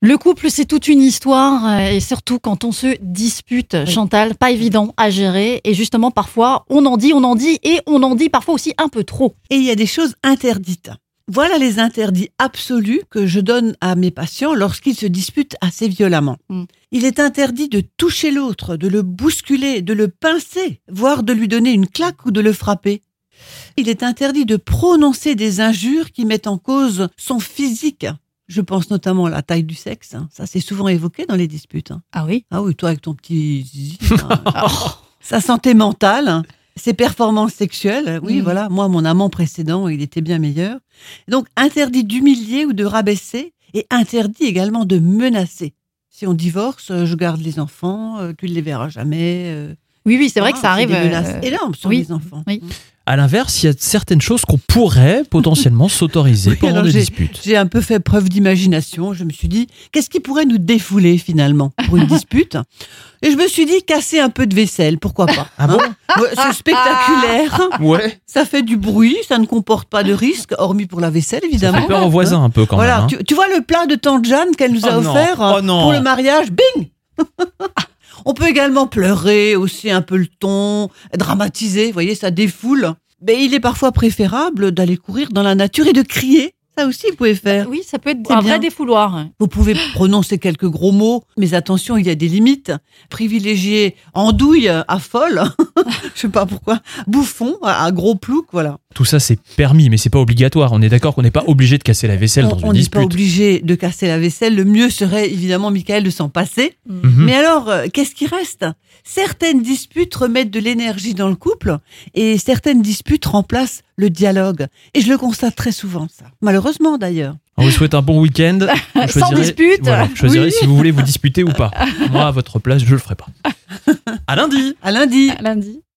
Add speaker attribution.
Speaker 1: Le couple, c'est toute une histoire, euh, et surtout quand on se dispute, Chantal, pas évident à gérer. Et justement, parfois, on en dit, on en dit, et on en dit parfois aussi un peu trop.
Speaker 2: Et il y a des choses interdites. Voilà les interdits absolus que je donne à mes patients lorsqu'ils se disputent assez violemment.
Speaker 1: Mm.
Speaker 2: Il est interdit de toucher l'autre, de le bousculer, de le pincer, voire de lui donner une claque ou de le frapper. Il est interdit de prononcer des injures qui mettent en cause son physique. Je pense notamment à la taille du sexe. hein. Ça, c'est souvent évoqué dans les disputes. hein.
Speaker 1: Ah oui
Speaker 2: Ah oui, toi avec ton petit zizi, hein.
Speaker 1: Oh.
Speaker 2: sa santé mentale, hein, ses performances sexuelles. Oui,
Speaker 1: Mm.
Speaker 2: voilà, moi, mon amant précédent, il était bien meilleur. Donc, interdit d'humilier ou de rabaisser et interdit également de menacer. Si on divorce, euh, je garde les enfants, euh, tu ne les verras jamais. euh.
Speaker 1: Oui, oui, c'est vrai
Speaker 2: Ah,
Speaker 1: que ça arrive.
Speaker 2: des menaces
Speaker 1: euh,
Speaker 2: énormes sur
Speaker 1: oui.
Speaker 2: les enfants.
Speaker 1: Oui.
Speaker 3: À l'inverse, il y a certaines choses qu'on pourrait potentiellement s'autoriser
Speaker 2: Oui,
Speaker 3: pendant
Speaker 2: alors
Speaker 3: des
Speaker 2: j'ai-
Speaker 3: disputes.
Speaker 2: J'ai un peu fait preuve d'imagination. Je me suis dit, qu'est-ce qui pourrait nous défouler finalement pour une dispute Et je me suis dit, casser un peu de vaisselle, pourquoi pas
Speaker 3: Ah bon
Speaker 2: hein. Ouais, C'est spectaculaire.
Speaker 3: Ouais.
Speaker 2: Ça fait du bruit, ça ne comporte pas de risque, hormis pour la vaisselle,
Speaker 3: Ça
Speaker 2: évidemment.
Speaker 3: fait peur aux voisins un peu quand
Speaker 2: voilà,
Speaker 3: même. hein.
Speaker 2: tu, tu vois le plat de tante Jeanne qu'elle nous a
Speaker 3: Oh non,
Speaker 2: offert euh,
Speaker 3: oh non.
Speaker 2: pour le mariage, bing On peut également pleurer, aussi un peu le ton, dramatiser, vous voyez, ça défoule. Mais il est parfois préférable d'aller courir dans la nature et de crier. Ça aussi, vous pouvez faire.
Speaker 1: euh, Oui, ça peut être
Speaker 2: C'est
Speaker 1: un
Speaker 2: bien.
Speaker 1: vrai défouloir.
Speaker 2: Vous pouvez prononcer quelques gros mots, mais attention, il y a des limites. Privilégier andouille à folle, je sais pas pourquoi, bouffon à à gros plouc, voilà.
Speaker 3: Tout ça, c'est permis, mais c'est pas obligatoire. On est d'accord qu'on n'est pas obligé de casser la vaisselle dans
Speaker 2: on
Speaker 3: une
Speaker 2: on n'est pas
Speaker 3: dispute.
Speaker 2: obligé de casser la vaisselle. Le mieux serait évidemment, Michael, de s'en passer.
Speaker 3: Mhm.
Speaker 2: Mais alors, euh, qu'est-ce qui reste Certaines disputes remettent de l'énergie dans le couple et certaines disputes remplacent le dialogue. Et je le constate très souvent, ça. Malheureusement, d'ailleurs.
Speaker 3: On vous souhaite un bon week-end. Vous
Speaker 1: Sans
Speaker 3: choisirez-
Speaker 1: dispute.
Speaker 3: Voilà, choisirez
Speaker 2: Oui.
Speaker 3: si vous voulez vous disputer ou pas. Moi, à votre place, je le ferai pas. À lundi.
Speaker 2: À lundi
Speaker 1: Lundi.